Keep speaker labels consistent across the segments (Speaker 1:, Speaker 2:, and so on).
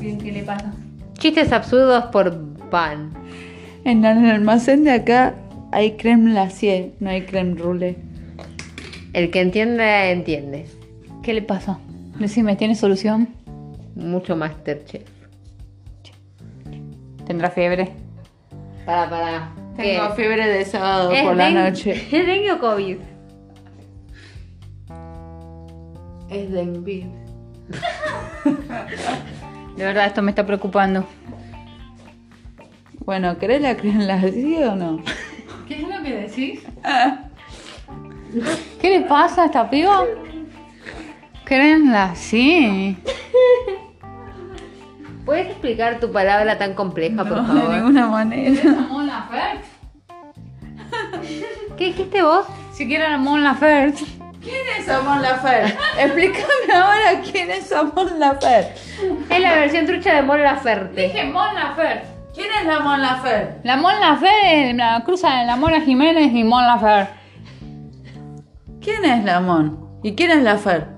Speaker 1: bien qué le pasa.
Speaker 2: Chistes absurdos por pan.
Speaker 3: En el almacén de acá hay creme glacier, no hay creme roulé.
Speaker 2: El que entiende, entiende.
Speaker 3: ¿Qué le pasa? Decime, ¿tiene solución?
Speaker 2: Mucho Masterchef.
Speaker 3: ¿Tendrá fiebre?
Speaker 2: Para, para.
Speaker 3: Tengo fiebre de sábado por la noche.
Speaker 2: Eh, ¿Es dengue o COVID?
Speaker 3: Es dengue. de verdad, esto me está preocupando. Bueno, ¿querés la creme glacier o no?
Speaker 1: ¿Qué es lo que decís?
Speaker 3: ¿Qué le pasa a esta piba? Créanla, sí.
Speaker 2: ¿Puedes explicar tu palabra tan compleja, por
Speaker 3: No, de
Speaker 2: favor?
Speaker 3: ninguna manera.
Speaker 1: Mon Laferte.
Speaker 2: ¿Qué dijiste vos?
Speaker 3: Si quieren a Mon Laferte. ¿Quién es Amon Laferte? Explícame ahora quién es Amon Laferte.
Speaker 2: Es la versión trucha de Mon Laferte.
Speaker 1: Dije Mon Laferte.
Speaker 3: ¿Quién es la Mon Laferte? La Mon Laferte es la cruza de la Mona Jiménez y Mon Laferte. ¿Quién es la Mon? ¿Y quién es Laferte?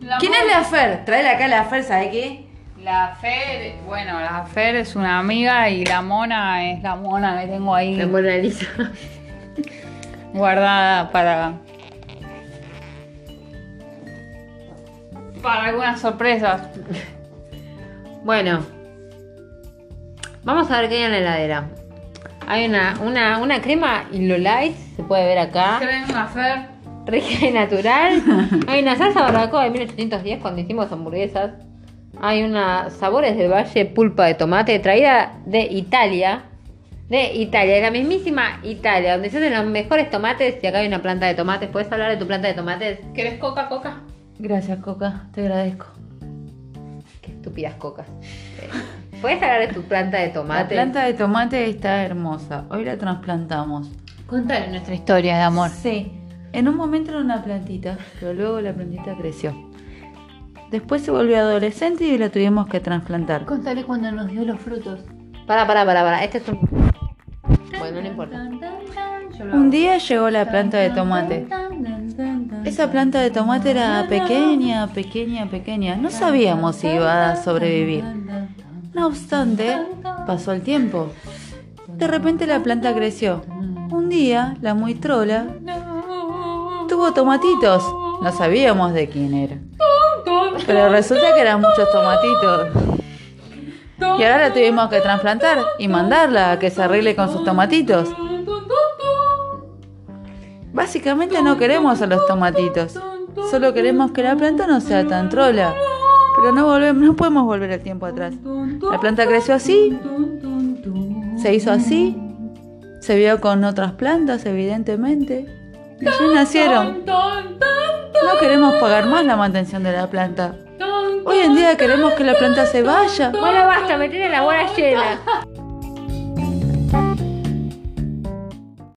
Speaker 1: La
Speaker 3: ¿Quién
Speaker 1: Mon-
Speaker 3: es la Fer? Trae acá la Fer, ¿sabes qué? La Fer, bueno, la Fer es una amiga y la mona es la mona que tengo ahí
Speaker 2: La Mona Lisa.
Speaker 3: guardada para. para algunas sorpresas.
Speaker 2: Bueno. Vamos a ver qué hay en la heladera. Hay una, una, una crema Light, se puede ver acá.
Speaker 1: Creme Laferte.
Speaker 2: rica y natural. Hay una salsa barbacoa de 1810 cuando hicimos hamburguesas. Hay una sabores del valle pulpa de tomate traída de Italia. De Italia, de la mismísima Italia, donde se hacen los mejores tomates y acá hay una planta de tomates. ¿Puedes hablar de tu planta de tomates?
Speaker 1: ¿Querés coca, coca?
Speaker 3: Gracias, Coca, te agradezco.
Speaker 2: Qué estúpidas cocas. ¿Puedes hablar de tu planta de
Speaker 3: La
Speaker 2: tomates?
Speaker 3: planta de tomate está hermosa. Hoy la trasplantamos.
Speaker 1: Cuéntale nuestra
Speaker 3: Nuestra historia de amor. Sí. En un momento era una plantita, pero luego la plantita creció. Después se volvió adolescente y la tuvimos que trasplantar.
Speaker 1: Contale cuando nos dio los frutos.
Speaker 2: Para, para, para, para. Este es un. Bueno, no importa.
Speaker 3: Un día llegó la planta de tomate. Esa planta de tomate era pequeña, pequeña, pequeña. No sabíamos si iba a sobrevivir. No obstante, pasó el tiempo. De repente la planta creció. Un día, la muy trola tuvo tomatitos. No sabíamos de quién era. Pero resulta que eran muchos tomatitos. Y ahora la tuvimos que trasplantar y mandarla a que se arregle con sus tomatitos. Básicamente no queremos a los tomatitos. Solo queremos que la planta no sea tan trola. Pero no, volvemos, no podemos volver el tiempo atrás. La planta creció así, se hizo así, se vio con otras plantas, evidentemente. Y así nacieron. No queremos pagar más la mantención de la planta. Hoy en día queremos que la planta se vaya.
Speaker 2: Bueno, basta, me tiene la bola llena.